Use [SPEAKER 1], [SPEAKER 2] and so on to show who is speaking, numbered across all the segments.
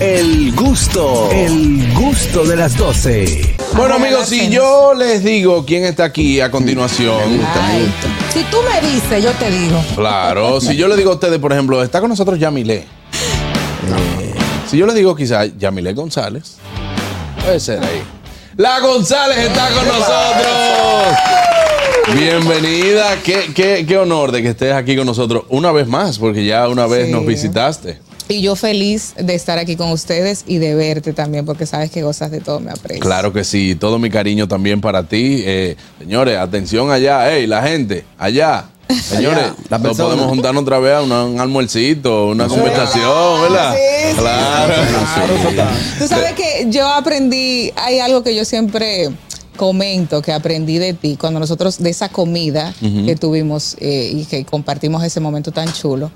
[SPEAKER 1] El gusto, el gusto de las 12.
[SPEAKER 2] Bueno, amigos, si yo les digo quién está aquí a continuación,
[SPEAKER 3] Ay, si tú me dices, yo te digo.
[SPEAKER 2] claro, si yo le digo a ustedes, por ejemplo, está con nosotros Yamile. Eh, si yo le digo quizá Yamile González, puede ser ahí. La González está con nosotros. Bienvenida, qué, qué- qué honor de que estés aquí con nosotros una vez más, porque ya una vez
[SPEAKER 3] Sí.
[SPEAKER 2] nos visitaste.
[SPEAKER 3] Y yo feliz de estar aquí con ustedes y de verte también, porque sabes que gozas de todo, me aprecio.
[SPEAKER 2] Claro que sí, todo mi cariño también para ti. Eh, señores, atención allá, hey, la gente, allá. Señores,
[SPEAKER 4] la
[SPEAKER 2] nos
[SPEAKER 4] persona.
[SPEAKER 2] podemos juntarnos otra vez a una- un almuercito, una conversación, ¿verdad?
[SPEAKER 3] Sí, sí.
[SPEAKER 2] Claro.
[SPEAKER 3] Tú sabes que yo aprendí, hay algo que yo siempre comento que aprendí de ti cuando nosotros de esa comida que tuvimos eh, y que compartimos ese momento tan chulo,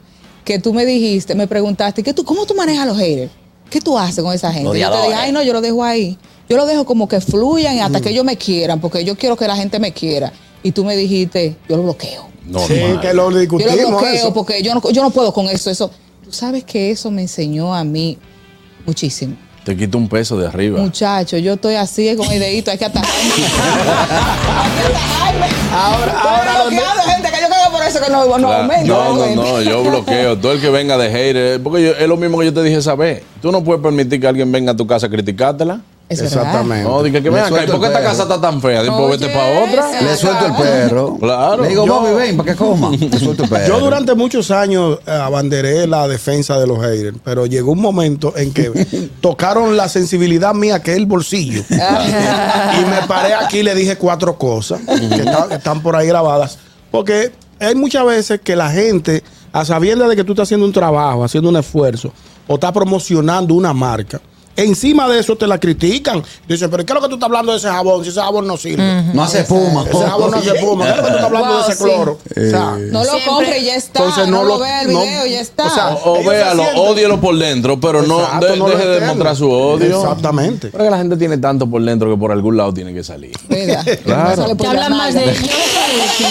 [SPEAKER 3] que tú me dijiste, me preguntaste, que tú, ¿cómo tú manejas a los haters? ¿Qué tú haces con esa gente? yo te dije,
[SPEAKER 4] Odiadores.
[SPEAKER 3] ay no, yo lo dejo ahí. Yo lo dejo como que fluyan y hasta que ellos me quieran, porque yo quiero que la gente me quiera. Y tú me dijiste, yo lo bloqueo.
[SPEAKER 2] Normal.
[SPEAKER 5] Sí, que lo
[SPEAKER 3] Yo lo
[SPEAKER 5] discutimos.
[SPEAKER 3] bloqueo
[SPEAKER 5] Pues eso.
[SPEAKER 3] porque yo no, yo no puedo con eso, eso. Tú sabes que eso me enseñó a mí muchísimo.
[SPEAKER 2] Te quito un peso de arriba.
[SPEAKER 3] Muchacho, yo estoy así con el dedito, hay que atajarme. hay que atajarme.
[SPEAKER 5] Ahora- ahora
[SPEAKER 3] Estoy
[SPEAKER 5] lo-
[SPEAKER 3] bloqueado, gente, que yo caigo por eso que no, no
[SPEAKER 2] Claro.
[SPEAKER 3] aumento.
[SPEAKER 2] No, no,
[SPEAKER 3] aumento.
[SPEAKER 2] no, yo bloqueo. Todo el que venga de hater, eh, porque yo- es lo mismo que yo te dije esa vez. Tú no puedes permitir que alguien venga a tu casa a criticártela.
[SPEAKER 3] Es verdad.
[SPEAKER 5] Exactamente.
[SPEAKER 2] No, dije que
[SPEAKER 4] Me
[SPEAKER 2] venga acá. ¿y
[SPEAKER 4] suelto
[SPEAKER 2] ¿Por qué
[SPEAKER 4] el
[SPEAKER 2] esta
[SPEAKER 4] pelo.
[SPEAKER 2] casa está tan fea? Después
[SPEAKER 3] Oye,
[SPEAKER 2] vete para otra.
[SPEAKER 3] esa-
[SPEAKER 5] Ah,
[SPEAKER 4] Le suelto el perro.
[SPEAKER 2] Claro.
[SPEAKER 4] Le digo,
[SPEAKER 2] Yo-
[SPEAKER 4] Bobby, ven, para que coma. Le suelto el perro.
[SPEAKER 5] Yo durante muchos años eh, abanderé la defensa de los haters, pero llegó un momento en que tocaron la sensibilidad mía, que es el bolsillo.
[SPEAKER 3] Ah.
[SPEAKER 5] y me paré aquí y le dije cuatro cosas que está- están por ahí grabadas. Porque hay muchas veces que la gente, a sabiendas de que tú estás haciendo un trabajo, haciendo un esfuerzo, o estás promocionando una marca, encima de eso te la critican. Dicen, pero ¿qué es lo que tú estás hablando de ese jabón? Si ese jabón no sirve.
[SPEAKER 4] No hace fuma.
[SPEAKER 5] Ese jabón no hace
[SPEAKER 2] Oh,
[SPEAKER 5] puma. ¿Qué es lo que tú estás hablando
[SPEAKER 3] Wow,
[SPEAKER 5] de ese
[SPEAKER 3] sí.
[SPEAKER 5] cloro?
[SPEAKER 2] Eh,
[SPEAKER 5] O sea,
[SPEAKER 3] No lo
[SPEAKER 6] Siempre.
[SPEAKER 3] compre y ya está.
[SPEAKER 5] Entonces,
[SPEAKER 3] no,
[SPEAKER 5] no
[SPEAKER 3] lo
[SPEAKER 5] lo-
[SPEAKER 3] vea el
[SPEAKER 5] no-
[SPEAKER 3] video y ya está.
[SPEAKER 5] o sea,
[SPEAKER 2] O, o
[SPEAKER 5] Ellos se
[SPEAKER 2] véalo,
[SPEAKER 5] sienten.
[SPEAKER 2] ódielo por dentro, pero no,
[SPEAKER 5] Exacto,
[SPEAKER 2] de-
[SPEAKER 5] no lo
[SPEAKER 2] deje de
[SPEAKER 5] entiendo.
[SPEAKER 2] demostrar su odio.
[SPEAKER 5] Exactamente.
[SPEAKER 2] Porque la gente tiene tanto por dentro que por algún lado tiene que salir.
[SPEAKER 3] Mira,
[SPEAKER 2] Claro.
[SPEAKER 3] no sale por
[SPEAKER 6] Te
[SPEAKER 3] la
[SPEAKER 6] hablan más de
[SPEAKER 3] nalga.
[SPEAKER 6] ellos.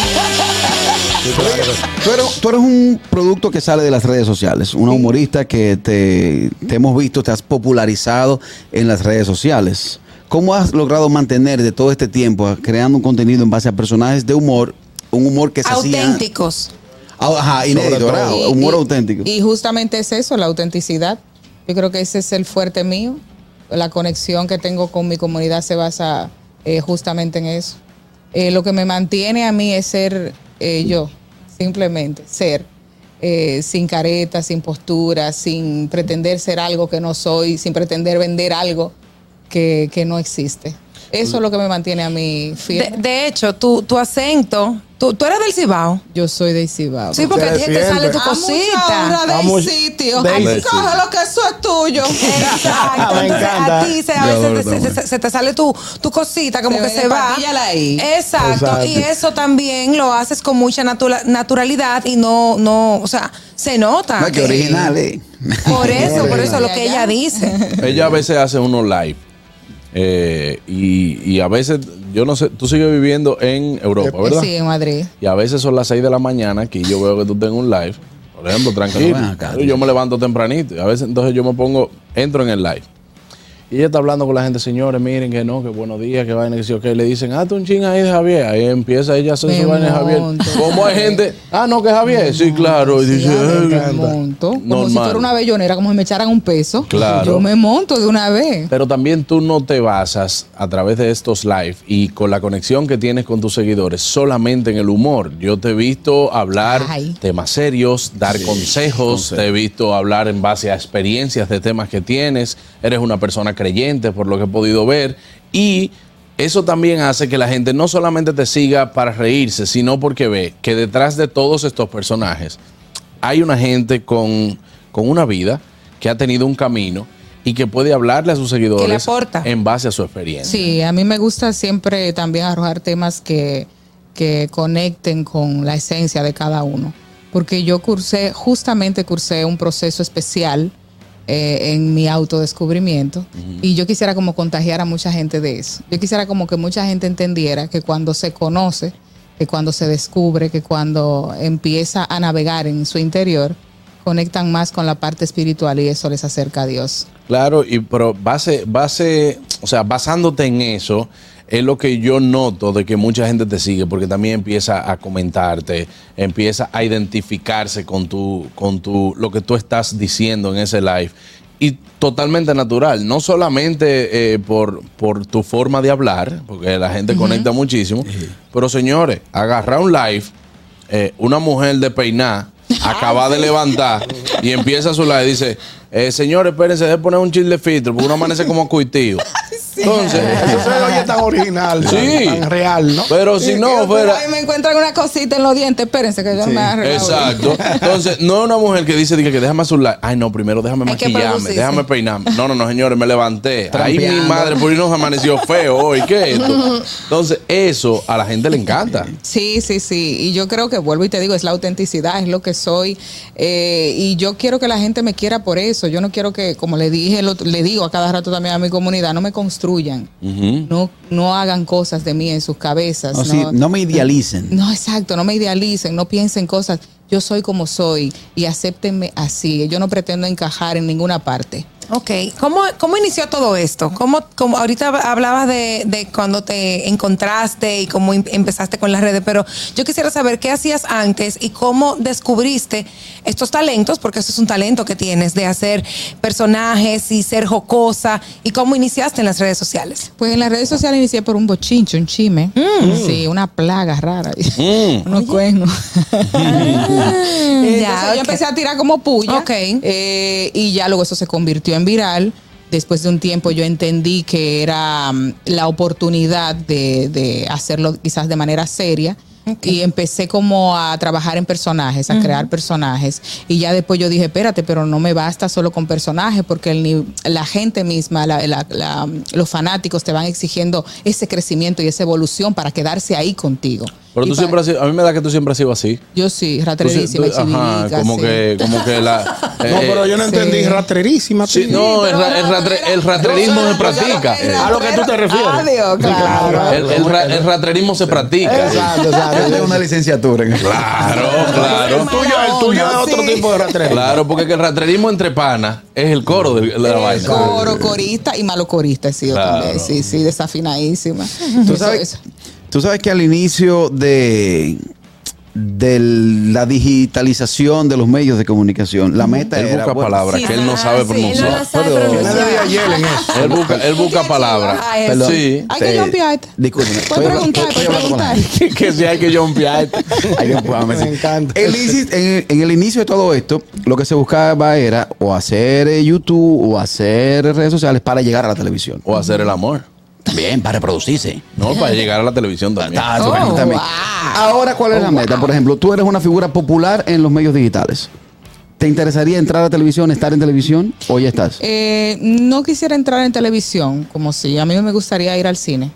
[SPEAKER 4] Tú eres, tú eres un producto que sale de las redes sociales, una humorista que te, te hemos visto, te has popularizado en las redes sociales. ¿Cómo has logrado mantener de todo este tiempo creando un contenido en base a personajes de humor, un humor que se hacía-
[SPEAKER 6] Auténticos.
[SPEAKER 4] Ah, Ajá, inédito,
[SPEAKER 5] todo.
[SPEAKER 4] ¿verdad?
[SPEAKER 3] Y-
[SPEAKER 4] humor
[SPEAKER 3] y-
[SPEAKER 4] auténtico.
[SPEAKER 3] Y justamente es eso, la autenticidad. Yo creo que ese es el fuerte mío. La conexión que tengo con mi comunidad se basa eh, justamente en eso. Eh, lo que me mantiene a mí es ser eh, yo, simplemente, ser. Eh, sin careta, sin postura, sin pretender ser algo que no soy, sin pretender vender algo que, que no existe. Eso es lo que me mantiene a mí
[SPEAKER 6] De,
[SPEAKER 3] firme.
[SPEAKER 6] de hecho, tu, tu acento, tú, tú eres del Cibao.
[SPEAKER 3] yo soy de Cibao.
[SPEAKER 6] Sí, porque a ti es que te sale
[SPEAKER 5] siempre.
[SPEAKER 6] tu
[SPEAKER 3] A mucha honra
[SPEAKER 6] cosita.
[SPEAKER 3] del
[SPEAKER 5] Vamos-
[SPEAKER 3] sitio. Ah,
[SPEAKER 5] del
[SPEAKER 3] Ay,
[SPEAKER 2] sitio.
[SPEAKER 3] coge lo que eso es tuyo.
[SPEAKER 6] Exacto.
[SPEAKER 5] Me
[SPEAKER 6] Entonces,
[SPEAKER 5] encanta.
[SPEAKER 6] a ti se, a
[SPEAKER 4] Yo adoro
[SPEAKER 6] veces te- se,
[SPEAKER 4] también.
[SPEAKER 6] se- se te sale tu, tu cosita, como
[SPEAKER 3] Se
[SPEAKER 6] que
[SPEAKER 3] ve de
[SPEAKER 6] se va.
[SPEAKER 3] patilla la ahí.
[SPEAKER 6] Exacto.
[SPEAKER 5] Exacto.
[SPEAKER 6] Y eso también lo haces con mucha natura- naturalidad y no, no, o sea, se nota.
[SPEAKER 4] No, que original, ¿eh?
[SPEAKER 6] Por eso, por eso lo que
[SPEAKER 3] Allá.
[SPEAKER 6] ella dice.
[SPEAKER 2] Ella a veces hace unos live. eh, y, y a veces, yo no sé, tú sigues viviendo en
[SPEAKER 5] Eh,
[SPEAKER 2] Europa, ¿verdad?
[SPEAKER 3] Sí, en Madrid.
[SPEAKER 2] Y a veces son las 6 de la mañana que yo veo que tú tengas un live. Por ejemplo,
[SPEAKER 4] Pero
[SPEAKER 2] tranquilo.
[SPEAKER 4] ven acá,
[SPEAKER 2] yo me levanto tempranito. Y a veces entonces yo me pongo, entro en el live. Y ella está hablando con la gente, señores, miren que no, que buenos días, que vaina, que sí, ok. Le dicen, ah, tú un ching ahí de Javier. Ahí empieza ella a hacer
[SPEAKER 3] Me
[SPEAKER 2] su vaina de Javier.
[SPEAKER 3] monto.
[SPEAKER 2] Como hay gente, ah, no, que es Javier. Sí, claro. Y dice, "Ay,
[SPEAKER 3] me
[SPEAKER 2] anda".
[SPEAKER 3] monto. Como si
[SPEAKER 2] Normal.
[SPEAKER 3] fuera una bellonera, como si me echaran un peso.
[SPEAKER 2] Claro.
[SPEAKER 3] Yo me monto de una vez.
[SPEAKER 2] Pero también tú no te basas a través de estos live y con la conexión que tienes con tus seguidores solamente en el humor. Yo te he visto hablar
[SPEAKER 3] Ay.
[SPEAKER 2] temas serios, dar consejos, te he visto hablar en base a experiencias de temas que tienes. Eres una persona creyente por lo que he podido ver y eso también hace que la gente no solamente te siga para reírse, sino porque ve que detrás de todos estos personajes hay una gente con, con una vida que ha tenido un camino y que puede hablarle a sus
[SPEAKER 6] Que le
[SPEAKER 2] seguidores
[SPEAKER 6] aporta.
[SPEAKER 2] en base a su experiencia.
[SPEAKER 3] Sí, a mí me gusta siempre también arrojar temas que, que conecten con la esencia de cada uno. Porque yo cursé, justamente cursé un proceso especial eh, en mi autodescubrimiento y yo quisiera como contagiar a mucha gente de eso. Yo quisiera como que mucha gente entendiera que cuando se conoce, que cuando se descubre, que cuando empieza a navegar en su interior, conectan más con la parte espiritual y eso les acerca a Dios.
[SPEAKER 2] Claro, y pero base, base, o sea, basándote en eso, es lo que yo noto de que mucha gente te sigue, porque también empieza a comentarte, empieza a identificarse con tu, con tu, lo que tú estás diciendo en ese live. Y totalmente natural, no solamente eh, por, por tu forma de hablar, porque la gente conecta muchísimo, pero señores, agarrar un live, eh, una mujer de peinar, acaba de levantar y empieza su live y dice, eh, señores, espérense, de poner un chile de filtro, porque uno amanece como cuitivo. Entonces,
[SPEAKER 5] Eso se oye tan original, tan-
[SPEAKER 2] Eh. Sí. Eh,
[SPEAKER 5] tan, real, ¿no?
[SPEAKER 2] pero si no fuera...
[SPEAKER 3] Ay, me encuentran una cosita en los dientes, espérense que yo me arreglo.
[SPEAKER 2] Exacto. Entonces, no es una mujer que dice diga, que déjame su like. Ay, no, primero déjame
[SPEAKER 6] Hay que
[SPEAKER 2] maquillarme,
[SPEAKER 6] producirse.
[SPEAKER 2] déjame peinarme. No, no, no, señores, me levanté. Ahí mi
[SPEAKER 4] Trampeando.
[SPEAKER 2] madre, por ahí nos amaneció feo hoy. ¿Qué es esto? Entonces, eso a la gente le encanta.
[SPEAKER 3] Sí, sí, sí. Y yo creo que vuelvo y te digo, es la autenticidad, es lo que soy. Eh, y yo quiero que la gente me quiera por eso. Yo no quiero que, como le dije, lo- le digo a cada rato también a mi comunidad, no me construyan. No, no hagan cosas de mí en sus cabezas.
[SPEAKER 4] No,
[SPEAKER 3] No,
[SPEAKER 4] Oh, sí, no me idealicen.
[SPEAKER 3] No, exacto, no me idealicen, no piensen cosas. Yo soy como soy y acéptenme así. Yo no pretendo encajar en ninguna parte.
[SPEAKER 6] Ok, ¿cómo, cómo inició todo esto? ¿Cómo, cómo- ahorita hablabas de, de cuando te encontraste y cómo em- empezaste con las redes, pero yo quisiera saber qué hacías antes y cómo descubriste estos talentos, porque eso es un talento que tienes de hacer personajes y ser jocosa, y cómo iniciaste en las redes sociales.
[SPEAKER 3] Pues en las redes sociales inicié por un bochinche, un chime. Sí, una plaga rara. Unos cuernos. Entonces
[SPEAKER 6] ya, ok.
[SPEAKER 3] yo empecé a tirar como puya.
[SPEAKER 6] Ok.
[SPEAKER 3] Eh, y ya luego eso se convirtió en viral. Después de un tiempo yo entendí que era mm, la oportunidad de, de hacerlo quizás de manera seria. Y empecé como a trabajar en personajes, a crear personajes. Y ya después yo dije, espérate, pero no me basta solo con personajes, porque el ni- la gente misma, la- la- la- mm, los fanáticos te van exigiendo ese crecimiento y esa evolución para quedarse ahí contigo.
[SPEAKER 2] Pero
[SPEAKER 3] Y
[SPEAKER 2] tú
[SPEAKER 3] para-
[SPEAKER 2] siempre has sido, a mí me da que tú siempre has sido así.
[SPEAKER 3] Yo sí,
[SPEAKER 2] Tú si-
[SPEAKER 3] raterísima y
[SPEAKER 2] tú- ajá,
[SPEAKER 3] chivirica,
[SPEAKER 2] como
[SPEAKER 3] sí.
[SPEAKER 2] que, como que la.
[SPEAKER 5] no,
[SPEAKER 2] eh,
[SPEAKER 5] pero yo no
[SPEAKER 3] sí.
[SPEAKER 5] entendí, raterísima.
[SPEAKER 2] sí,
[SPEAKER 5] tío.
[SPEAKER 2] no, el, ra- el
[SPEAKER 3] Pero
[SPEAKER 2] ratre-
[SPEAKER 3] era-
[SPEAKER 2] el ratrerismo
[SPEAKER 3] yo
[SPEAKER 2] se
[SPEAKER 3] era- yo era
[SPEAKER 2] practica. Eh,
[SPEAKER 3] ratera.
[SPEAKER 5] A lo que tú te refieres.
[SPEAKER 3] Adiós, claro.
[SPEAKER 2] El, el ra- el ratrerismo se practica.
[SPEAKER 5] Exacto,
[SPEAKER 4] Yo
[SPEAKER 5] exacto.
[SPEAKER 4] tengo una licenciatura en
[SPEAKER 2] Claro, claro.
[SPEAKER 5] El tuyo, el tuyo es otro
[SPEAKER 3] Sí.
[SPEAKER 5] tipo de ratrerismo.
[SPEAKER 2] Claro, porque que el ratrerismo entre panas es el coro de la
[SPEAKER 3] El
[SPEAKER 2] vaina.
[SPEAKER 3] Coro, corista y malo corista he sido
[SPEAKER 2] Claro.
[SPEAKER 3] también. Sí, sí, desafinadísima.
[SPEAKER 4] ¿Tú
[SPEAKER 3] Eso-
[SPEAKER 4] sabes,
[SPEAKER 3] eso.
[SPEAKER 4] tú sabes que al inicio de, de la digitalización de los medios de comunicación, la meta
[SPEAKER 2] Él
[SPEAKER 4] era...
[SPEAKER 2] busca
[SPEAKER 4] bueno,
[SPEAKER 2] palabras que Ah, él no sabe pronunciar.
[SPEAKER 4] Perdón.
[SPEAKER 5] Tiene de ayer en eso.
[SPEAKER 2] Él busca, él busca palabras.
[SPEAKER 6] Ah, eso.
[SPEAKER 4] Perdón.
[SPEAKER 2] Sí.
[SPEAKER 3] Hay que
[SPEAKER 4] Eh,
[SPEAKER 3] jumpearte.
[SPEAKER 4] Discúlpeme.
[SPEAKER 3] Puedes preguntar,
[SPEAKER 4] estoy
[SPEAKER 3] puedes
[SPEAKER 4] hablando con la
[SPEAKER 3] preguntar.
[SPEAKER 4] gente.
[SPEAKER 2] que si hay que jumpear.
[SPEAKER 4] Ay, Dios, pues,
[SPEAKER 5] Me encanta.
[SPEAKER 4] El inici- en, en el inicio de todo esto, lo que se buscaba era o hacer eh, YouTube o hacer redes sociales para llegar a la televisión.
[SPEAKER 2] O hacer el amor.
[SPEAKER 4] Bien, para reproducirse.
[SPEAKER 2] No, para llegar a la televisión también.
[SPEAKER 4] Está,
[SPEAKER 6] Oh,
[SPEAKER 4] bueno, también.
[SPEAKER 6] wow.
[SPEAKER 4] Ahora, ¿cuál es la meta? Por ejemplo, tú eres una figura popular en los medios digitales. ¿Te interesaría entrar a televisión, estar en televisión? ¿O ya estás?
[SPEAKER 3] Eh, no quisiera entrar en televisión, como si. A mí me gustaría ir al cine.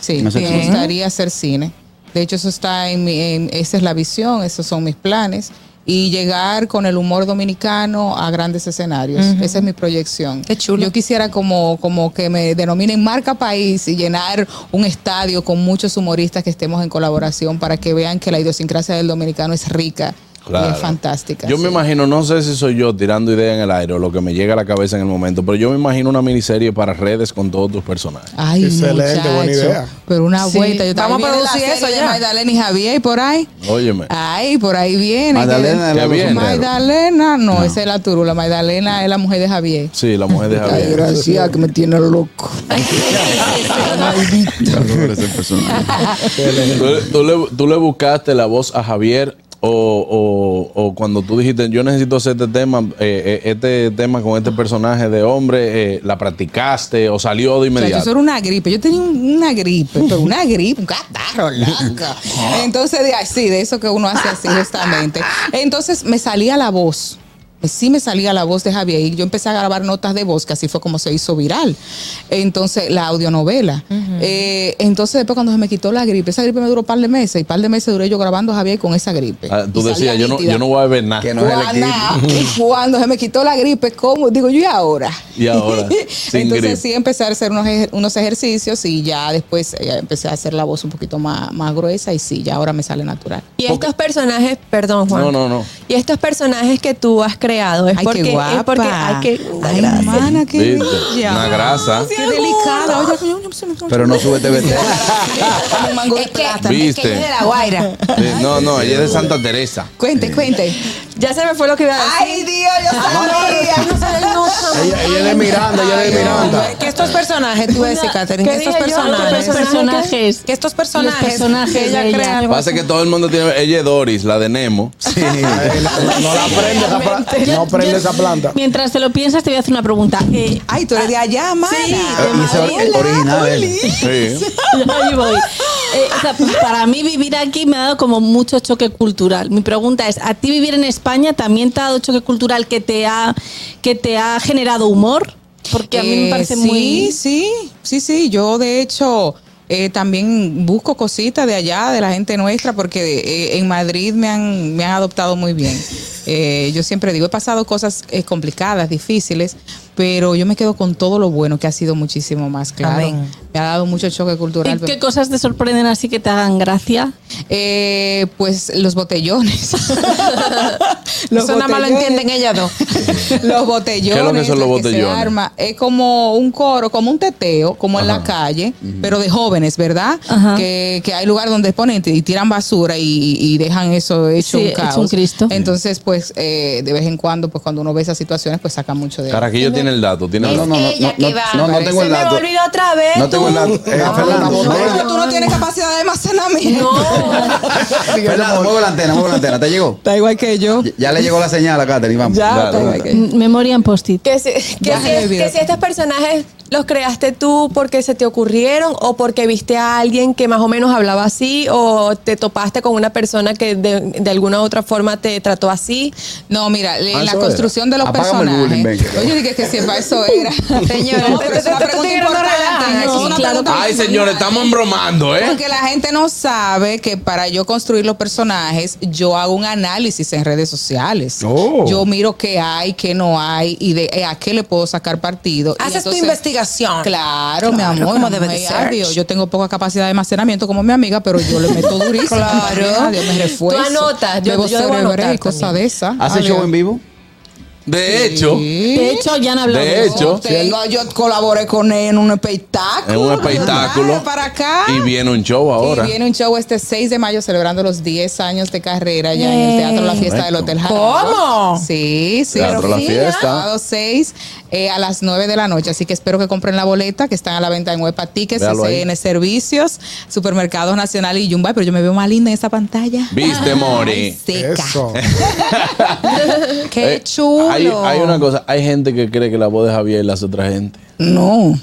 [SPEAKER 3] Sí,
[SPEAKER 4] No sé
[SPEAKER 3] me
[SPEAKER 4] cine.
[SPEAKER 3] gustaría hacer cine. De hecho, eso está en mi. en- esa es la visión, esos son mis planes. Y llegar con el humor dominicano a grandes escenarios. Esa es mi proyección.
[SPEAKER 6] Qué chulo.
[SPEAKER 3] Yo quisiera como, como que me denominen marca país y llenar un estadio con muchos humoristas que estemos en colaboración para que vean que la idiosincrasia del dominicano es rica y
[SPEAKER 2] Claro.
[SPEAKER 3] es fantástica.
[SPEAKER 2] Yo
[SPEAKER 3] sí.
[SPEAKER 2] me imagino, no sé si soy yo tirando idea en el aire o lo que me llega a la cabeza en el momento, pero yo me imagino una miniserie para redes con todos tus personajes.
[SPEAKER 3] Ay,
[SPEAKER 5] Excelente, buena
[SPEAKER 3] muchacho,
[SPEAKER 5] idea.
[SPEAKER 3] Pero una
[SPEAKER 6] Sí.
[SPEAKER 3] vuelta. Yo
[SPEAKER 6] Vamos a
[SPEAKER 3] también
[SPEAKER 6] producir
[SPEAKER 3] viene la
[SPEAKER 6] eso
[SPEAKER 3] serie de
[SPEAKER 6] ya.
[SPEAKER 3] Magdalena y Javier y por ahí.
[SPEAKER 2] Óyeme.
[SPEAKER 3] Ay, por ahí viene.
[SPEAKER 4] Magdalena
[SPEAKER 2] que-
[SPEAKER 4] de
[SPEAKER 2] que
[SPEAKER 4] los
[SPEAKER 2] viene.
[SPEAKER 4] sombreros.
[SPEAKER 3] Magdalena, no, esa es la turula. Magdalena es la mujer de Javier.
[SPEAKER 2] Sí, la mujer de
[SPEAKER 3] Ay,
[SPEAKER 2] Javier.
[SPEAKER 3] gracias, que me tiene loco.
[SPEAKER 2] ¿Tú, tú le, tú le buscaste la voz a Javier o, o- o cuando tú dijiste, yo necesito hacer este tema, eh, eh, este tema con este personaje de hombre, eh, la practicaste o salió de
[SPEAKER 3] Muchacho,
[SPEAKER 2] inmediato?
[SPEAKER 3] eso era una gripe. Yo tenía un- una gripe, pero una gripe, un catarro, loca. Entonces, de así, de eso que uno hace así justamente. Entonces me salía la voz. pues sí me salía la voz de Javier y yo empecé a grabar notas de voz, que así fue como se hizo viral. Entonces, la audionovela. Eh, entonces, después cuando se me quitó la gripe, esa gripe me duró un par de meses y par de meses duré yo grabando a Javier con esa gripe.
[SPEAKER 2] Ah,
[SPEAKER 3] Y
[SPEAKER 2] tú
[SPEAKER 3] salía
[SPEAKER 2] decías, yo no,
[SPEAKER 3] nítida.
[SPEAKER 2] yo no voy a beber nada.
[SPEAKER 4] Que no es el
[SPEAKER 3] Cuando-
[SPEAKER 4] equipo.
[SPEAKER 3] y cuando se me quitó la gripe, ¿cómo? Digo, yo y ahora.
[SPEAKER 2] Y ahora, sin
[SPEAKER 3] Entonces
[SPEAKER 2] gripe.
[SPEAKER 3] sí empecé a hacer unos, ejer- unos ejercicios y ya después eh, empecé a hacer la voz un poquito más, más gruesa y sí, ya ahora me sale natural.
[SPEAKER 7] Y estos personajes, perdón Juan.
[SPEAKER 2] No, no, no.
[SPEAKER 7] Y estos personajes que tú has creado es
[SPEAKER 3] Ay,
[SPEAKER 7] porque
[SPEAKER 3] qué guapa.
[SPEAKER 7] es porque ay, qué-
[SPEAKER 3] Ay,
[SPEAKER 7] gracias.
[SPEAKER 3] hermana, qué
[SPEAKER 2] ¿Viste?
[SPEAKER 3] bella.
[SPEAKER 2] Una grasa.
[SPEAKER 3] Qué delicada. Oye, yo- yo-
[SPEAKER 4] Pero no sube TVT.
[SPEAKER 3] como un mango de
[SPEAKER 6] Es que,
[SPEAKER 3] plátano.
[SPEAKER 6] es
[SPEAKER 2] Viste.
[SPEAKER 6] que ella es de la Guaira.
[SPEAKER 2] ¿Ah, Sí, No, no, ella es de Santa Teresa.
[SPEAKER 3] Cuente, cuente.
[SPEAKER 7] Ya se me fue lo que iba a
[SPEAKER 6] Ay,
[SPEAKER 7] decir.
[SPEAKER 6] Dios, yo sabía. yo sabía, no sabía.
[SPEAKER 5] Ella, ella es de Miranda, ella es de Miranda.
[SPEAKER 6] Que estos personajes, tú decís, Catherine, que
[SPEAKER 7] ¿Qué
[SPEAKER 6] estos
[SPEAKER 7] dije yo?
[SPEAKER 6] personajes,
[SPEAKER 7] ¿Qué personajes?
[SPEAKER 6] que estos personajes,
[SPEAKER 7] Los personajes
[SPEAKER 6] que ella
[SPEAKER 7] de ella.
[SPEAKER 6] crea,
[SPEAKER 2] Pasa que todo el mundo tiene. Ella es Doris, la de Nemo.
[SPEAKER 4] Sí.
[SPEAKER 5] Ay, No, no la prende esa planta.
[SPEAKER 7] Yo-
[SPEAKER 5] No prende
[SPEAKER 7] yo-
[SPEAKER 5] esa planta.
[SPEAKER 7] Mientras te lo piensas, te voy a hacer una pregunta. Eh,
[SPEAKER 3] Ay, tú eres de allá, mana.
[SPEAKER 7] Sí, de
[SPEAKER 4] Y ese
[SPEAKER 7] Madrid.
[SPEAKER 4] or- original. eh.
[SPEAKER 2] Sí.
[SPEAKER 7] Ahí voy. Eh, o sea, para mí vivir aquí me ha dado como mucho choque cultural. Mi pregunta es, ¿a ti vivir en España también te ha dado choque cultural que te ha, que te ha generado humor? Porque a mí me
[SPEAKER 3] Eh,
[SPEAKER 7] parece
[SPEAKER 3] sí,
[SPEAKER 7] muy...
[SPEAKER 3] Sí, sí, sí. Yo, de hecho, eh, también busco cositas de allá, de la gente nuestra, porque eh, en Madrid me han, me han adoptado muy bien. Eh, yo siempre digo, he pasado cosas eh, complicadas, difíciles, pero yo me quedo con todo lo bueno que ha sido muchísimo más, claro.
[SPEAKER 6] Amén.
[SPEAKER 3] Me ha dado mucho choque
[SPEAKER 7] ¿Y
[SPEAKER 3] cultural.
[SPEAKER 7] qué cosas te sorprenden así que te hagan gracia?
[SPEAKER 3] Eh, pues los botellones.
[SPEAKER 6] eso nada más lo entienden ellas dos.
[SPEAKER 3] los botellones.
[SPEAKER 2] ¿Qué es lo que son los
[SPEAKER 3] las se
[SPEAKER 2] botellones?
[SPEAKER 3] arma. Es como un coro, como un teteo, como en la calle, pero de jóvenes, ¿verdad?
[SPEAKER 7] Ajá.
[SPEAKER 3] Que, que hay lugar donde ponen y tiran basura y, y dejan eso hecho
[SPEAKER 7] Sí,
[SPEAKER 3] un
[SPEAKER 7] hecho
[SPEAKER 3] caos.
[SPEAKER 7] un Cristo.
[SPEAKER 3] Entonces, pues, eh, de vez en cuando, pues cuando uno ve esas situaciones, pues saca mucho de
[SPEAKER 2] Caraquillo tiene el dato. Tiene
[SPEAKER 4] No,
[SPEAKER 2] el dato.
[SPEAKER 4] no, no, no,
[SPEAKER 6] ella
[SPEAKER 4] no,
[SPEAKER 6] que va.
[SPEAKER 4] no, no tengo el
[SPEAKER 7] Se me
[SPEAKER 4] dato.
[SPEAKER 7] olvidó otra vez.
[SPEAKER 4] No tengo el dato. Eh,
[SPEAKER 3] Ah,
[SPEAKER 4] Fernando,
[SPEAKER 3] Ay,
[SPEAKER 4] mueve-
[SPEAKER 3] pero tú no tienes capacidad de almacenamiento.
[SPEAKER 4] Fernando, mueve la antena, mueve la antena. ¿Te llegó?
[SPEAKER 3] Está igual que yo.
[SPEAKER 4] Ya- Ya le llegó la señal a Katherine, vamos.
[SPEAKER 3] Ya,
[SPEAKER 2] Dale,
[SPEAKER 3] está igual
[SPEAKER 2] dale.
[SPEAKER 3] que yo.
[SPEAKER 7] M- Memoria en post-it.
[SPEAKER 8] Que si, que,
[SPEAKER 3] Ya
[SPEAKER 8] si,
[SPEAKER 3] se me olvidó.
[SPEAKER 8] que si estos personajes los creaste tú porque se te ocurrieron o porque viste a alguien que más o menos hablaba así o te topaste con una persona que de, de alguna u otra forma te trató así.
[SPEAKER 3] No, mira, en la
[SPEAKER 5] eso
[SPEAKER 3] construcción de los
[SPEAKER 4] Apágame el
[SPEAKER 3] personajes.
[SPEAKER 4] bullying, venga.
[SPEAKER 3] Oye, dije que si para eso era.
[SPEAKER 6] Señora,
[SPEAKER 3] No, pero es una
[SPEAKER 6] te- te- te-
[SPEAKER 3] pregunta
[SPEAKER 6] te- te- no
[SPEAKER 3] importante.
[SPEAKER 6] relajes.
[SPEAKER 3] es una
[SPEAKER 7] No,
[SPEAKER 3] pregunta
[SPEAKER 2] Ay, señores, estamos embromando, ¿eh?
[SPEAKER 3] Porque la gente no sabe que para yo construir los personajes, yo hago un análisis en redes sociales.
[SPEAKER 5] Oh.
[SPEAKER 3] Yo miro qué hay, qué no hay y de eh, a qué le puedo sacar partido. Y
[SPEAKER 6] Haces tu
[SPEAKER 3] entonces-
[SPEAKER 6] investigación.
[SPEAKER 3] Claro, mi
[SPEAKER 6] Claro,
[SPEAKER 3] amor.
[SPEAKER 6] como
[SPEAKER 3] no
[SPEAKER 6] debe de
[SPEAKER 3] hay
[SPEAKER 6] ser.
[SPEAKER 3] audio. Yo tengo poca capacidad de almacenamiento como mi amiga, pero yo le meto durísimo.
[SPEAKER 6] Claro.
[SPEAKER 3] Dios me refuerzo.
[SPEAKER 8] Tú anotas, yo-
[SPEAKER 3] Bebo
[SPEAKER 8] yo debo
[SPEAKER 3] Cerebral
[SPEAKER 8] anotar
[SPEAKER 3] y cosas
[SPEAKER 8] también.
[SPEAKER 3] de esas.
[SPEAKER 4] ¿Hace
[SPEAKER 3] Adiós.
[SPEAKER 4] show en vivo?
[SPEAKER 2] De hecho,
[SPEAKER 7] De hecho, ya han hablado.
[SPEAKER 2] De hecho.
[SPEAKER 3] Yo tengo- yo colaboré con él en un espectáculo.
[SPEAKER 2] es un espectáculo.
[SPEAKER 3] Claro, Para acá.
[SPEAKER 2] Y viene un show ahora.
[SPEAKER 3] Y viene un show este 6 de mayo celebrando los 10 años de carrera ya en el Teatro La Fiesta del Hotel Jarabo.
[SPEAKER 6] ¿Cómo?
[SPEAKER 3] Sí, sí.
[SPEAKER 2] Teatro
[SPEAKER 3] pero
[SPEAKER 2] La
[SPEAKER 3] fina.
[SPEAKER 2] Fiesta.
[SPEAKER 3] Sábado 6 eh, a las 9 de la noche. Así que espero que compren la boleta que están a la venta en Huepa Tickets,
[SPEAKER 2] Véalo ahí.
[SPEAKER 3] CCN Servicios, Supermercados Nacional y Yumbay. Pero yo me veo más linda en esa pantalla.
[SPEAKER 2] Viste, Mori.
[SPEAKER 3] Ay, Seca.
[SPEAKER 5] Eso.
[SPEAKER 6] Qué
[SPEAKER 2] Eh,
[SPEAKER 6] chulo.
[SPEAKER 2] Hay, hay una cosa, hay gente que cree que la voz de Javier la hace otra gente.
[SPEAKER 3] No.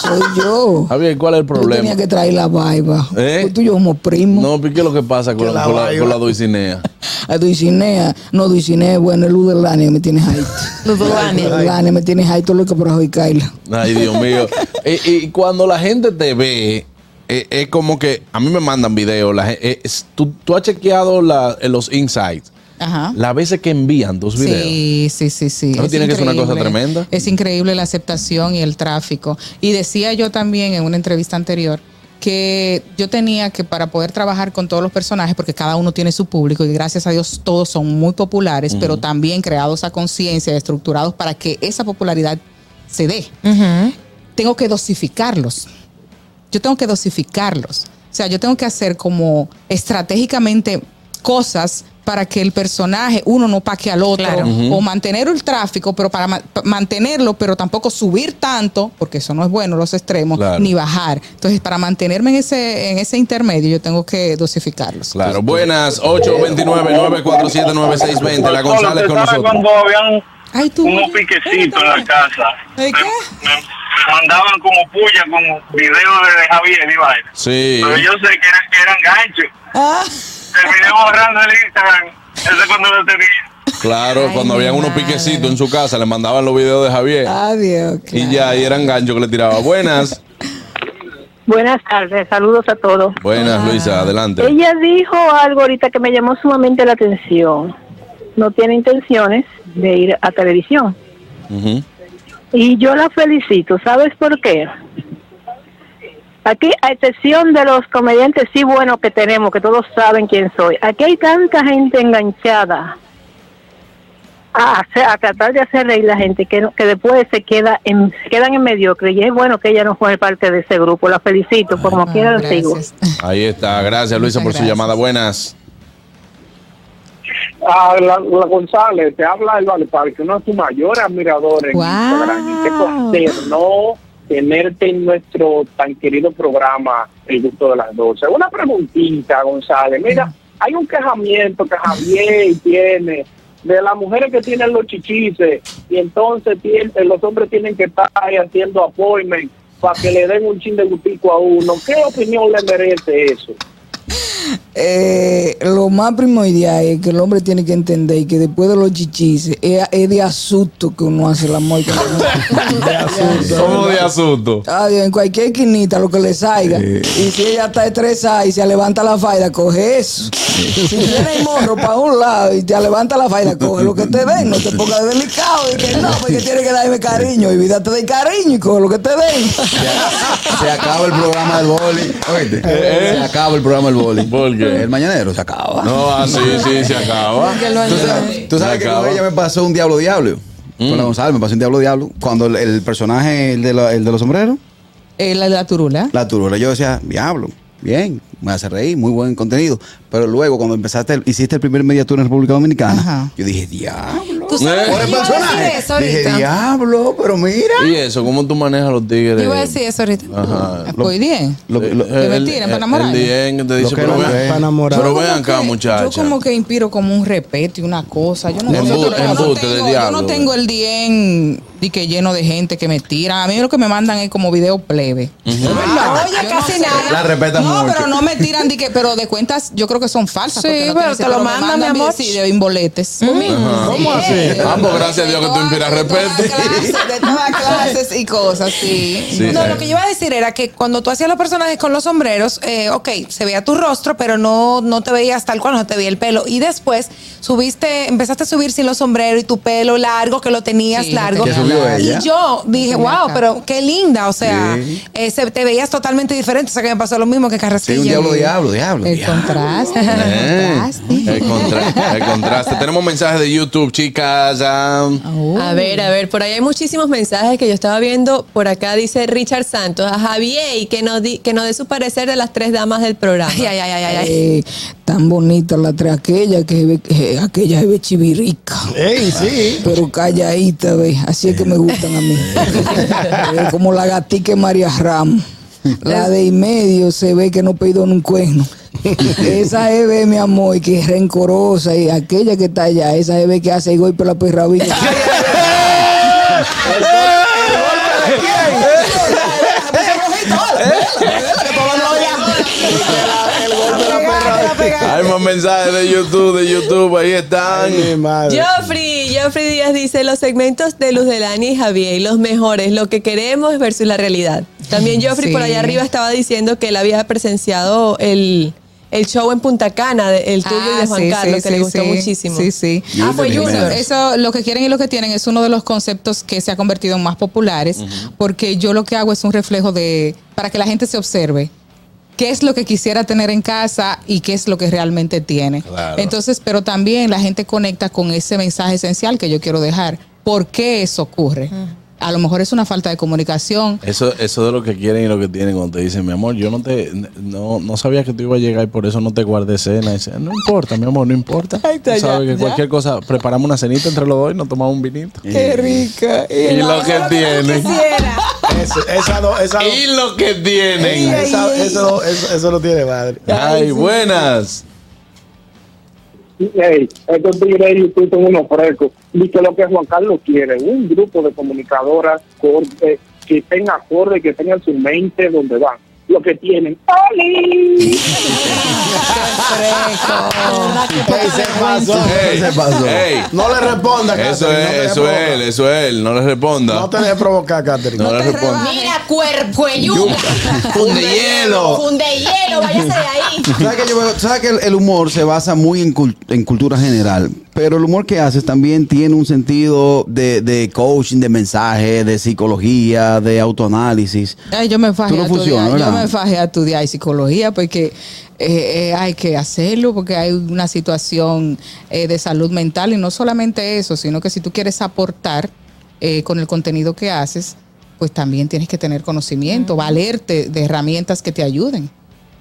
[SPEAKER 3] Soy yo.
[SPEAKER 2] Javier, ¿cuál es el
[SPEAKER 3] Yo
[SPEAKER 2] problema?
[SPEAKER 3] tenía que traer la vaiba.
[SPEAKER 2] ¿Eh?
[SPEAKER 3] Pues tú y yo somos primos.
[SPEAKER 2] No, ¿qué es lo que pasa con,
[SPEAKER 5] Que
[SPEAKER 2] la,
[SPEAKER 5] la
[SPEAKER 2] con, la,
[SPEAKER 5] vaiba.
[SPEAKER 2] con la Dulcinea?
[SPEAKER 3] A Duicinea, no Duicinea, bueno, el Udelania me tienes ahí.
[SPEAKER 6] Ludelania.
[SPEAKER 3] Udelania me tienes ahí todo lo que por hoy Kaila.
[SPEAKER 2] Ay, Dios mío. y, y cuando la gente te ve, eh, es como que a mí me mandan videos. la gen- eh, es- tú, tú has chequeado la- eh, los insights.
[SPEAKER 3] Ajá.
[SPEAKER 2] Las veces que envían tus videos.
[SPEAKER 3] Sí, sí, sí, sí.
[SPEAKER 2] ¿No
[SPEAKER 3] Es
[SPEAKER 2] tiene que ser una cosa
[SPEAKER 3] increíble.
[SPEAKER 2] tremenda?
[SPEAKER 3] Es increíble la aceptación y el tráfico. Y decía yo también en una entrevista anterior que yo tenía que para poder trabajar con todos los personajes, porque cada uno tiene su público y gracias a Dios todos son muy populares, pero también creados a conciencia, estructurados para que esa popularidad se dé. Tengo que dosificarlos. yo tengo que dosificarlos. O sea, yo tengo que hacer como estratégicamente cosas para que el personaje, uno no paque al otro,
[SPEAKER 6] Claro.
[SPEAKER 3] o mantener el tráfico, pero para ma- pa- mantenerlo, pero tampoco subir tanto, porque eso no es bueno, los extremos,
[SPEAKER 2] Claro.
[SPEAKER 3] ni bajar. Entonces, para mantenerme en ese, en ese intermedio, yo tengo que dosificarlos.
[SPEAKER 2] Claro, buenas, 829-947-9620. La González con nosotros.
[SPEAKER 9] cuando habían
[SPEAKER 3] Ay, tú.
[SPEAKER 9] unos piquecitos en la casa.
[SPEAKER 3] ¿De
[SPEAKER 9] Me-
[SPEAKER 3] qué?
[SPEAKER 9] Me, me mandaban como puya con videos de Javier y vaina.
[SPEAKER 2] Sí.
[SPEAKER 9] Pero yo sé que eran, que eran ganchos.
[SPEAKER 3] Ah,
[SPEAKER 9] Terminé borrando el Instagram. Eso cuando lo tenía.
[SPEAKER 2] Claro,
[SPEAKER 6] Ay,
[SPEAKER 2] cuando habían unos
[SPEAKER 6] madre.
[SPEAKER 2] piquecitos en su casa, le mandaban los videos de Javier.
[SPEAKER 3] Ah, Adiós.
[SPEAKER 2] y ya ahí eran ganchos que le tiraba. Buenas.
[SPEAKER 10] Buenas tardes, saludos a todos.
[SPEAKER 2] Buenas, Luisa, adelante.
[SPEAKER 10] Ella dijo algo ahorita que me llamó sumamente la atención. No tiene intenciones de ir a televisión.
[SPEAKER 2] Ujú.
[SPEAKER 10] Y yo la felicito, ¿sabes por qué? Aquí, a excepción de los comediantes sí buenos que tenemos, que todos saben quién soy, aquí hay tanta gente enganchada Ah, a, hacer- a tratar de hacer reír la gente que, no- que después se queda en, se quedan en mediocre. Y es bueno que ella no fue parte de ese grupo. La felicito, como quiera la sigo.
[SPEAKER 3] Ah, Gracias.
[SPEAKER 2] Ahí está. Gracias, Luisa, por su
[SPEAKER 3] gracias.
[SPEAKER 2] llamada. Buenas.
[SPEAKER 9] Ah, la, la González, te habla el Valparque, uno de sus mayores admiradores
[SPEAKER 3] Wow.
[SPEAKER 9] en Instagram. Y te consternó tenerte en nuestro tan querido programa El Gusto de las 12. Una preguntita, González. Mira, hay un quejamiento que Javier tiene de las mujeres que tienen los chichices y entonces tiene- los hombres tienen que estar ahí haciendo appointment para que le den un chin de gustico a uno. ¿Qué opinión le merece eso?
[SPEAKER 11] Eh, lo más primordial es que el hombre tiene que entender que después de los chichis es, es de asusto que uno hace el amor. con la mujer.
[SPEAKER 2] ¿Cómo de asunto?
[SPEAKER 11] Ay, en cualquier esquinita, lo que le salga. Y si ella está estresada y se levanta la faida, coge eso. Si tiene el morro para un lado y te levanta la faida, coge lo que te den. No te pongas delicado y que no, porque tiene que darme cariño. Olvídate del cariño y coge lo que te den.
[SPEAKER 4] Se acaba el programa del boli. Oíste, Se acaba el programa del boli.
[SPEAKER 2] ¿Por qué?
[SPEAKER 4] El mañanero se acaba.
[SPEAKER 2] No, así sí, se acaba.
[SPEAKER 3] Que lo
[SPEAKER 4] Tú
[SPEAKER 3] ayude.
[SPEAKER 4] sabes, tú sabes
[SPEAKER 2] Se
[SPEAKER 4] que
[SPEAKER 2] acaba. Mm.
[SPEAKER 4] con ella me pasó un diablo diablo. Con la González me pasó un diablo diablo. Cuando el, el personaje, el de, la- el de los sombreros,
[SPEAKER 3] Eh, la, la turula.
[SPEAKER 4] la turula, yo decía, diablo, bien, me hace reír, muy buen contenido. Pero luego, cuando empezaste, el- hiciste el primer media tour en República Dominicana,
[SPEAKER 3] Ajá.
[SPEAKER 4] yo dije, diablo.
[SPEAKER 6] Tú sabes
[SPEAKER 4] eh, Por
[SPEAKER 6] que
[SPEAKER 4] el
[SPEAKER 6] yo iba a decir
[SPEAKER 4] personaje.
[SPEAKER 6] eso
[SPEAKER 4] Dije,
[SPEAKER 6] ahorita.
[SPEAKER 4] diablo, pero mira.
[SPEAKER 2] ¿Y eso? ¿Cómo tú manejas los tigres?
[SPEAKER 6] Yo iba a decir eso ahorita.
[SPEAKER 2] Ajá.
[SPEAKER 3] Pues bien.
[SPEAKER 4] Lo- lo-
[SPEAKER 2] El-
[SPEAKER 3] mentira, para
[SPEAKER 2] el-
[SPEAKER 3] enamorar.
[SPEAKER 2] El dien que te dice,
[SPEAKER 4] que
[SPEAKER 2] pero
[SPEAKER 4] no
[SPEAKER 2] vean,
[SPEAKER 4] es.
[SPEAKER 5] Para enamorar.
[SPEAKER 2] pero
[SPEAKER 3] Yo
[SPEAKER 2] vean
[SPEAKER 3] como
[SPEAKER 2] acá,
[SPEAKER 3] que-
[SPEAKER 2] muchacha.
[SPEAKER 3] Yo como que inspiro como un respeto y una cosa. Yo no,
[SPEAKER 2] Embu-
[SPEAKER 3] yo no
[SPEAKER 2] embuste de
[SPEAKER 3] tengo, yo
[SPEAKER 2] diablo,
[SPEAKER 3] no
[SPEAKER 2] güey.
[SPEAKER 3] tengo el dien di que lleno de gente que me tira. A mí lo que me mandan es como video plebe.
[SPEAKER 6] Ah, oye,
[SPEAKER 3] Yo
[SPEAKER 6] casi
[SPEAKER 3] no sé.
[SPEAKER 6] nada.
[SPEAKER 4] La respetan
[SPEAKER 3] No,
[SPEAKER 4] mucho.
[SPEAKER 3] pero no me tiran di que, pero de cuentas yo creo que son falsas.
[SPEAKER 6] Sí,
[SPEAKER 3] porque no
[SPEAKER 6] pero
[SPEAKER 3] dicen,
[SPEAKER 6] te lo
[SPEAKER 3] me
[SPEAKER 6] mandan, mi
[SPEAKER 3] vi-
[SPEAKER 6] amor.
[SPEAKER 3] Sí, de boletes.
[SPEAKER 5] ¿Cómo así?
[SPEAKER 2] Ah, pues gracias a Dios que tú inspiras respeto.
[SPEAKER 3] De todas clases y cosas, sí.
[SPEAKER 2] Sí,
[SPEAKER 6] No,
[SPEAKER 2] eh.
[SPEAKER 6] lo que yo iba a decir era que cuando tú hacías los personajes con los sombreros, eh, ok, se veía tu rostro, pero no, no te veías tal cual, no te veía el pelo. Y después subiste, empezaste a subir sin los sombreros y tu pelo largo, que lo tenías
[SPEAKER 3] Sí, lo
[SPEAKER 6] largo.
[SPEAKER 3] tenía
[SPEAKER 4] Que subió largo. ella.
[SPEAKER 6] Y yo dije,
[SPEAKER 3] tenía
[SPEAKER 6] wow,
[SPEAKER 3] acá.
[SPEAKER 6] pero qué linda, o sea,
[SPEAKER 4] Sí.
[SPEAKER 6] eh, se- te veías totalmente diferente. O sea, que me pasó lo mismo que
[SPEAKER 4] Sí,
[SPEAKER 6] Carrasquillo.
[SPEAKER 4] un diablo diablo, diablo.
[SPEAKER 3] El
[SPEAKER 4] diablo.
[SPEAKER 3] contraste.
[SPEAKER 2] Eh,
[SPEAKER 3] El
[SPEAKER 2] el, contra- el contraste. Tenemos mensajes de YouTube, chicas. ah,
[SPEAKER 8] A ver, a ver, por ahí hay muchísimos mensajes que yo estaba viendo. Por acá dice Richard Santos, a Javier, que nos, di- que nos dé su parecer de las tres damas del programa.
[SPEAKER 6] Ay, ay, ay, ay, ay.
[SPEAKER 11] Eh, tan bonita la tres aquella que ve- eh, aquella es chivirica.
[SPEAKER 5] Ey, sí.
[SPEAKER 11] Pero calladita, ve. Así es que me gustan a mí. Eh, como la gatica de María Ram. La de y medio se ve que no pedido en un cuerno. Esa es, ve, mi amor, que es rencorosa. Y aquella que está allá, esa es, ve, que hace golpe la perrabilla.
[SPEAKER 2] Hay más mensajes de YouTube, de YouTube. Ahí están.
[SPEAKER 5] Ay, mi madre.
[SPEAKER 8] Joffrey, Joffrey Díaz dice los segmentos de Luz Delani y Javier, los mejores, lo que queremos versus la realidad. También Joffrey
[SPEAKER 3] Sí.
[SPEAKER 8] por allá arriba estaba diciendo que él había presenciado el, el show en Punta Cana, de- el tuyo y de Juan
[SPEAKER 3] Ah, sí,
[SPEAKER 8] Carlos,
[SPEAKER 3] sí,
[SPEAKER 8] que le
[SPEAKER 3] sí,
[SPEAKER 8] gustó
[SPEAKER 3] sí.
[SPEAKER 8] muchísimo.
[SPEAKER 3] Sí, sí.
[SPEAKER 4] Ah, fue
[SPEAKER 3] Eso,
[SPEAKER 4] Junior.
[SPEAKER 3] eso, lo que quieren y lo que tienen es uno de los conceptos que se ha convertido en más populares, porque yo lo que hago es un reflejo de, para que la gente se observe. ¿Qué es lo que quisiera tener en casa y qué es lo que realmente tiene?
[SPEAKER 2] Claro.
[SPEAKER 3] Entonces, pero también la gente conecta con ese mensaje esencial que yo quiero dejar. ¿Por qué eso ocurre? A lo mejor es una falta de comunicación,
[SPEAKER 2] Eso, eso de lo que quieren y lo que tienen cuando te dicen, mi amor, yo no te no, no sabía que tú ibas a llegar y por eso no te guardé cena. Y dice, no importa, mi amor, no importa.
[SPEAKER 11] Ahí está,
[SPEAKER 2] Tú sabes
[SPEAKER 11] ya,
[SPEAKER 2] que
[SPEAKER 11] ya.
[SPEAKER 2] cualquier cosa, preparamos una cenita entre los dos y nos tomamos un vinito.
[SPEAKER 11] Qué rica.
[SPEAKER 2] Y lo que tienen.
[SPEAKER 5] Eso- esa do- esa do-
[SPEAKER 2] Y lo que tienen.
[SPEAKER 5] esa- eso, eso, eso lo tiene madre.
[SPEAKER 2] Ay, buenas.
[SPEAKER 9] Ey, estos tigres de YouTube son unos frescos. Y que lo que Juan Carlos quiere, un grupo de comunicadoras cor- eh, que estén acorde, que tengan su mente donde van. lo que tienen. ¡Oli!
[SPEAKER 5] Ey, se pasó,
[SPEAKER 2] Ey,
[SPEAKER 5] se pasó.
[SPEAKER 2] ey.
[SPEAKER 5] No le responda,
[SPEAKER 2] Eso
[SPEAKER 5] Catherine, no te
[SPEAKER 2] es, eso
[SPEAKER 5] provoca.
[SPEAKER 2] es él, eso es él. No le responda.
[SPEAKER 5] No te dejes provocar, Catherine.
[SPEAKER 2] No le responda.
[SPEAKER 12] Mira, cuerpueyuga.
[SPEAKER 5] Funde hielo.
[SPEAKER 12] Funde hielo, váyase de ahí.
[SPEAKER 4] ¿Sabes que, yo veo- sabe que el, el humor se basa muy en, cul- en cultura general? Pero el humor que haces también tiene un sentido de, de coaching, de mensaje, de psicología, de autoanálisis.
[SPEAKER 3] Ay, yo me fajé
[SPEAKER 4] Tú no
[SPEAKER 3] a
[SPEAKER 4] funciona,
[SPEAKER 3] estudiar. Yo
[SPEAKER 4] ¿verdad?
[SPEAKER 3] me fajé a estudiar psicología porque eh, eh, hay que hacerlo, porque hay una situación eh, de salud mental y no solamente eso, sino que si tú quieres aportar eh, con el contenido que haces, pues también tienes que tener conocimiento, valerte de herramientas que te ayuden.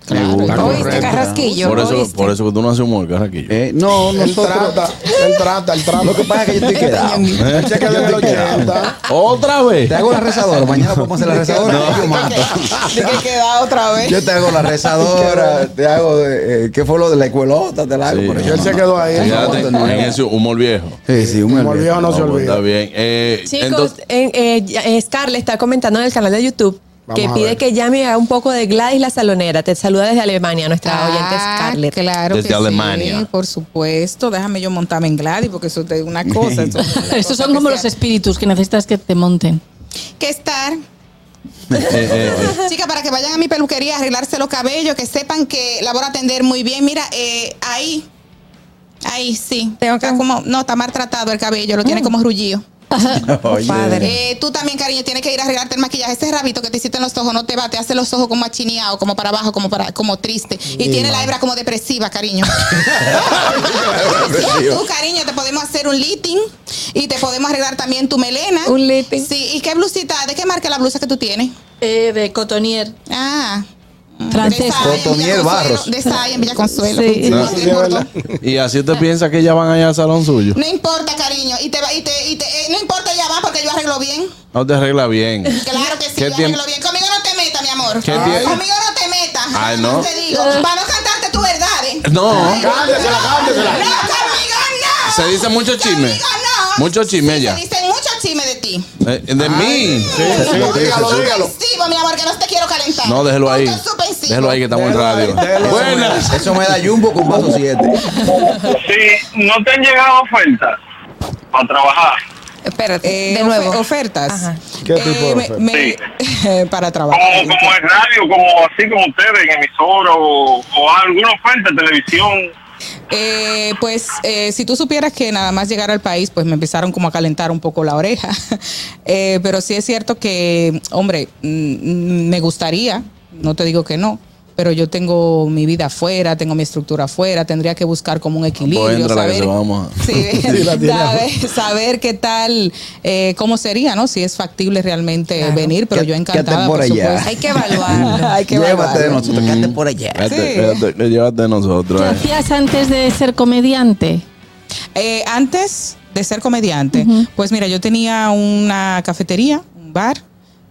[SPEAKER 4] Seguro.
[SPEAKER 5] está
[SPEAKER 6] Oíste,
[SPEAKER 5] correcto.
[SPEAKER 6] Carrasquillo.
[SPEAKER 2] Uh, Por eso,
[SPEAKER 6] oíste.
[SPEAKER 2] por eso que tú no haces humor, carraquillo.
[SPEAKER 4] Eh, no,
[SPEAKER 5] Él
[SPEAKER 4] nosotros...
[SPEAKER 5] trata, él trata, él trata.
[SPEAKER 4] Lo que pasa es que yo estoy quedado.
[SPEAKER 5] El cheque
[SPEAKER 4] Yo
[SPEAKER 5] del
[SPEAKER 4] estoy quedado.
[SPEAKER 5] 80.
[SPEAKER 2] Otra vez.
[SPEAKER 4] Te hago la rezadora. Mañana podemos hacer la rezadora. Yo mato.
[SPEAKER 3] que queda otra vez.
[SPEAKER 4] Yo te hago la rezadora. te hago... eh, ¿Qué fue lo de la escuelota? Te la hago.
[SPEAKER 2] Sí,
[SPEAKER 4] pero
[SPEAKER 2] no,
[SPEAKER 4] yo
[SPEAKER 5] Él se quedó ahí.
[SPEAKER 2] Fíjate en ese humor viejo.
[SPEAKER 4] Sí, sí, un
[SPEAKER 5] Como el viejo no se
[SPEAKER 2] pues,
[SPEAKER 5] olvida.
[SPEAKER 2] Está bien. Eh,
[SPEAKER 8] Chicos,
[SPEAKER 2] entonces-
[SPEAKER 8] en- eh, ya- eh, Scarlett está comentando en el canal de YouTube
[SPEAKER 5] Vamos
[SPEAKER 8] que
[SPEAKER 5] a
[SPEAKER 8] pide
[SPEAKER 5] ver.
[SPEAKER 8] que llame a un poco de Gladys la Salonera. Te saluda desde Alemania nuestra oyente Scarlett.
[SPEAKER 3] Claro
[SPEAKER 2] Desde
[SPEAKER 3] Ah, que
[SPEAKER 2] Alemania.
[SPEAKER 3] sí, por supuesto. Déjame yo montarme en Gladys porque eso es una cosa. eso es una
[SPEAKER 7] Estos
[SPEAKER 3] cosa
[SPEAKER 7] son como
[SPEAKER 3] que
[SPEAKER 7] los
[SPEAKER 3] se-
[SPEAKER 7] espíritus que necesitas que te monten.
[SPEAKER 12] Que estar.
[SPEAKER 2] eh, eh, eh.
[SPEAKER 12] Chica, para que vayan a mi peluquería a arreglarse los cabellos, que sepan que la voy a atender muy bien. Mira, eh, ahí. Ahí sí.
[SPEAKER 6] Tengo
[SPEAKER 12] Está
[SPEAKER 6] que-
[SPEAKER 12] como, no, está maltratado el cabello, lo
[SPEAKER 7] Mm.
[SPEAKER 12] tiene como rullido.
[SPEAKER 4] Padre.
[SPEAKER 12] Eh, tú también, cariño, tienes que ir a arreglarte el maquillaje. Ese rabito que te hiciste en los ojos no te va, te hace los ojos como achineado, como para abajo, como para, como triste. Y tiene la hebra como depresiva, cariño. tú, cariño, te podemos hacer un lifting y te podemos arreglar también tu melena.
[SPEAKER 8] Un lifting.
[SPEAKER 12] Sí, ¿y qué blusita? ¿De qué marca la blusa que tú tienes?
[SPEAKER 7] Eh, de Cotonier.
[SPEAKER 12] Ah.
[SPEAKER 7] Francesa.
[SPEAKER 12] De Zaya en
[SPEAKER 4] Cotonier
[SPEAKER 12] Villa Consuelo,
[SPEAKER 4] Barros.
[SPEAKER 12] De Saya en Villa Consuelo.
[SPEAKER 7] Sí.
[SPEAKER 12] No,
[SPEAKER 5] Sí,
[SPEAKER 12] no
[SPEAKER 5] sí, es verdad.
[SPEAKER 12] importa.
[SPEAKER 2] y así te piensa que ya van allá al salón suyo.
[SPEAKER 12] No importa, cariño. Y te va, y te, y te- eh, no importa, ya va porque yo arreglo bien.
[SPEAKER 2] No te arregla bien.
[SPEAKER 12] Claro que sí,
[SPEAKER 2] ¿Qué
[SPEAKER 12] yo
[SPEAKER 2] tiemp-
[SPEAKER 12] arreglo bien. Conmigo no te metas, mi amor.
[SPEAKER 2] ¿Qué tiemp-
[SPEAKER 12] Conmigo no te metas.
[SPEAKER 2] Ay,
[SPEAKER 12] Nada más
[SPEAKER 2] no.
[SPEAKER 12] Te digo, para no cantarte tu verdad. ¿eh?
[SPEAKER 2] No.
[SPEAKER 5] Cándesela,
[SPEAKER 12] No,
[SPEAKER 5] cándesela.
[SPEAKER 12] conmigo no.
[SPEAKER 2] Se dice mucho chisme.
[SPEAKER 12] Conmigo no.
[SPEAKER 2] Mucho chisme
[SPEAKER 12] Sí,
[SPEAKER 2] ya.
[SPEAKER 12] Se dicen mucho chisme de ti.
[SPEAKER 2] Eh, de mí.
[SPEAKER 5] Sí, dígalo, dígalo.
[SPEAKER 12] Suspensivo, mi amor, que no te quiero calentar.
[SPEAKER 2] No, déjelo ahí.
[SPEAKER 12] Punto suspensivo.
[SPEAKER 2] Déjelo ahí que estamos en
[SPEAKER 5] Déjalo ahí,
[SPEAKER 2] radio.
[SPEAKER 5] déjalo ahí.
[SPEAKER 2] Buenas.
[SPEAKER 4] Eso me da jumbo con paso 7.
[SPEAKER 9] Sí, no te han llegado ofertas para trabajar.
[SPEAKER 6] Espérate,
[SPEAKER 3] Eh,
[SPEAKER 6] de nuevo.
[SPEAKER 3] ofe- ofertas.
[SPEAKER 6] Ajá.
[SPEAKER 5] ¿Qué tipo de
[SPEAKER 3] me-
[SPEAKER 5] ofertas?
[SPEAKER 3] me- eh, para trabajar.
[SPEAKER 9] Como, como en radio, como así como ustedes, en emisora o, o alguna oferta de televisión.
[SPEAKER 3] Eh, pues eh, si tú supieras que nada más llegar al país, pues me empezaron como a calentar un poco la oreja. Eh, pero sí es cierto que, hombre, mm, mm, me gustaría, no te digo que no, pero yo tengo mi vida afuera, tengo mi estructura afuera, tendría que buscar como un equilibrio.
[SPEAKER 2] Pues entra la que
[SPEAKER 3] saber-
[SPEAKER 2] se va, vamos a-
[SPEAKER 3] Sí,
[SPEAKER 5] la tiene
[SPEAKER 3] saber, saber qué tal, eh, cómo sería, ¿no? Si es factible realmente
[SPEAKER 6] Claro.
[SPEAKER 3] venir, pero
[SPEAKER 4] Ya-
[SPEAKER 3] yo
[SPEAKER 4] ya te
[SPEAKER 3] encantada, por
[SPEAKER 4] por allá.
[SPEAKER 3] supuesto.
[SPEAKER 6] Hay que evaluarlo.
[SPEAKER 3] Hay que
[SPEAKER 4] Llévate de
[SPEAKER 3] evaluarlo.
[SPEAKER 4] nosotros, cante por allá.
[SPEAKER 2] Espérate, espérate, llévate de nosotros.
[SPEAKER 7] ¿Qué
[SPEAKER 2] eh.
[SPEAKER 7] hacías antes de ser comediante?
[SPEAKER 3] Eh, antes de ser comediante, pues mira, yo tenía una cafetería, un bar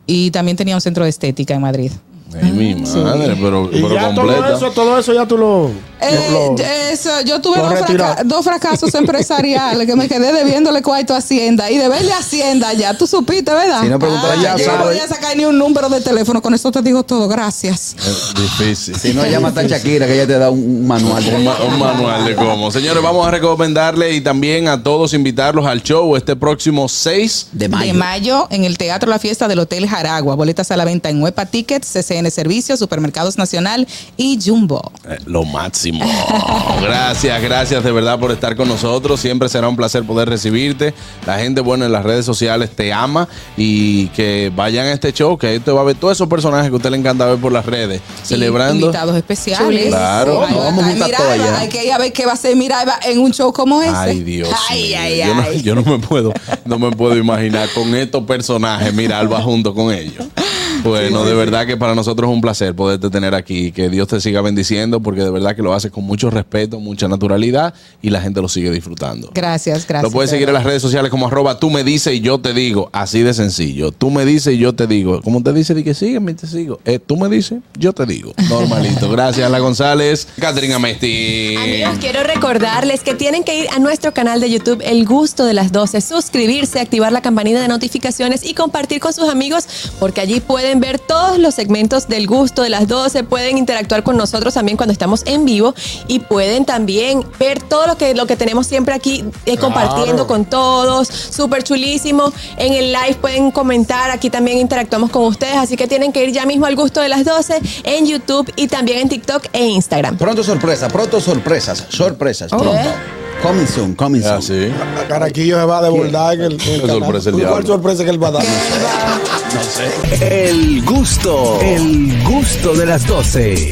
[SPEAKER 3] y también tenía un centro de estética en Madrid.
[SPEAKER 2] Ay, mi madre, pero,
[SPEAKER 5] Y
[SPEAKER 2] pero
[SPEAKER 5] ya todo
[SPEAKER 2] completa.
[SPEAKER 5] eso, todo eso ya tú lo. lo-
[SPEAKER 3] Eh, eso, yo tuve
[SPEAKER 5] lo
[SPEAKER 3] dos,
[SPEAKER 5] retiró.
[SPEAKER 3] fraca- dos fracasos empresariales que me quedé debiéndole cuarto a Hacienda y deberle a Hacienda ya. Tú supiste, ¿verdad?
[SPEAKER 4] Si no, pregúntale
[SPEAKER 5] a
[SPEAKER 3] yo
[SPEAKER 5] Yasser.
[SPEAKER 3] no podía sacar ni un número de teléfono. Con eso te digo todo. Gracias.
[SPEAKER 2] Es difícil.
[SPEAKER 4] Si no, llama a Shakira que ella te da un- un manual.
[SPEAKER 2] Un, ma- un manual de cómo. Señores, vamos a recomendarle y también a todos invitarlos al show este próximo 6.
[SPEAKER 4] De
[SPEAKER 3] De mayo en el Teatro La Fiesta del Hotel Jaragua. Boletas a la venta en Huepa Tickets, CCN Servicios, Supermercados Nacional y Jumbo.
[SPEAKER 2] Eh, Lo máximo. Gracias, gracias de verdad por estar con nosotros. Siempre será un placer poder recibirte. La gente, bueno, en las redes sociales te ama y que vayan a este show, que ahí te va a ver todos esos personajes que a usted le encanta ver por las redes.
[SPEAKER 3] Y
[SPEAKER 2] celebrando.
[SPEAKER 3] invitados especiales.
[SPEAKER 6] Chulis.
[SPEAKER 2] Claro.
[SPEAKER 3] Ay,
[SPEAKER 4] Nos vamos
[SPEAKER 3] ay,
[SPEAKER 4] juntas
[SPEAKER 3] Miraiba,
[SPEAKER 4] todas ya.
[SPEAKER 3] Hay que ir a ver qué va a ser Miraiba en un show como ese.
[SPEAKER 2] Ay, Dios.
[SPEAKER 3] Ay,
[SPEAKER 2] mío.
[SPEAKER 3] ay,
[SPEAKER 2] yo,
[SPEAKER 3] ay.
[SPEAKER 2] No, yo no me puedo, no me puedo imaginar con estos personajes, mira, Alba junto con ellos. Bueno, de verdad que para nosotros es un placer poderte tener aquí. Que Dios te siga bendiciendo, porque de verdad que lo haces con mucho respeto, mucha naturalidad y la gente lo sigue disfrutando.
[SPEAKER 3] Gracias, gracias.
[SPEAKER 2] Lo puedes seguir en las redes sociales como arroba tú me dices y yo te digo. Así de sencillo. Tú me dices y yo te digo. ¿Cómo te dice? Dije, sígueme y te sigo. Eh, tú me dices, yo te digo. Normalito. Gracias, Ala González. Catherine Amesti.
[SPEAKER 8] Amigos, quiero recordarles que tienen que ir a nuestro canal de YouTube El Gusto de las 12, suscribirse, activar la campanita de notificaciones y compartir con sus amigos porque allí pueden pueden ver todos los segmentos del gusto de las 12, pueden interactuar con nosotros también cuando estamos en vivo y pueden también ver todo lo que, lo que tenemos siempre aquí eh,
[SPEAKER 13] Claro.
[SPEAKER 8] compartiendo con todos, súper chulísimo. En el live pueden comentar, aquí también interactuamos con ustedes, así que tienen que ir ya mismo al gusto de las 12 en YouTube y también en TikTok e Instagram.
[SPEAKER 4] Pronto sorpresa, pronto sorpresas, sorpresas.
[SPEAKER 8] Oh.
[SPEAKER 4] Pronto.
[SPEAKER 8] ¿Eh?
[SPEAKER 4] Coming soon, coming
[SPEAKER 2] Ah,
[SPEAKER 4] soon.
[SPEAKER 5] Caraquillo se va a devolver en el, en el
[SPEAKER 4] Qué
[SPEAKER 5] canal.
[SPEAKER 4] sorpresa el
[SPEAKER 5] ¿Cuál
[SPEAKER 4] diablo.
[SPEAKER 5] sorpresa que él va a dar?
[SPEAKER 1] El gusto, el gusto de las 12.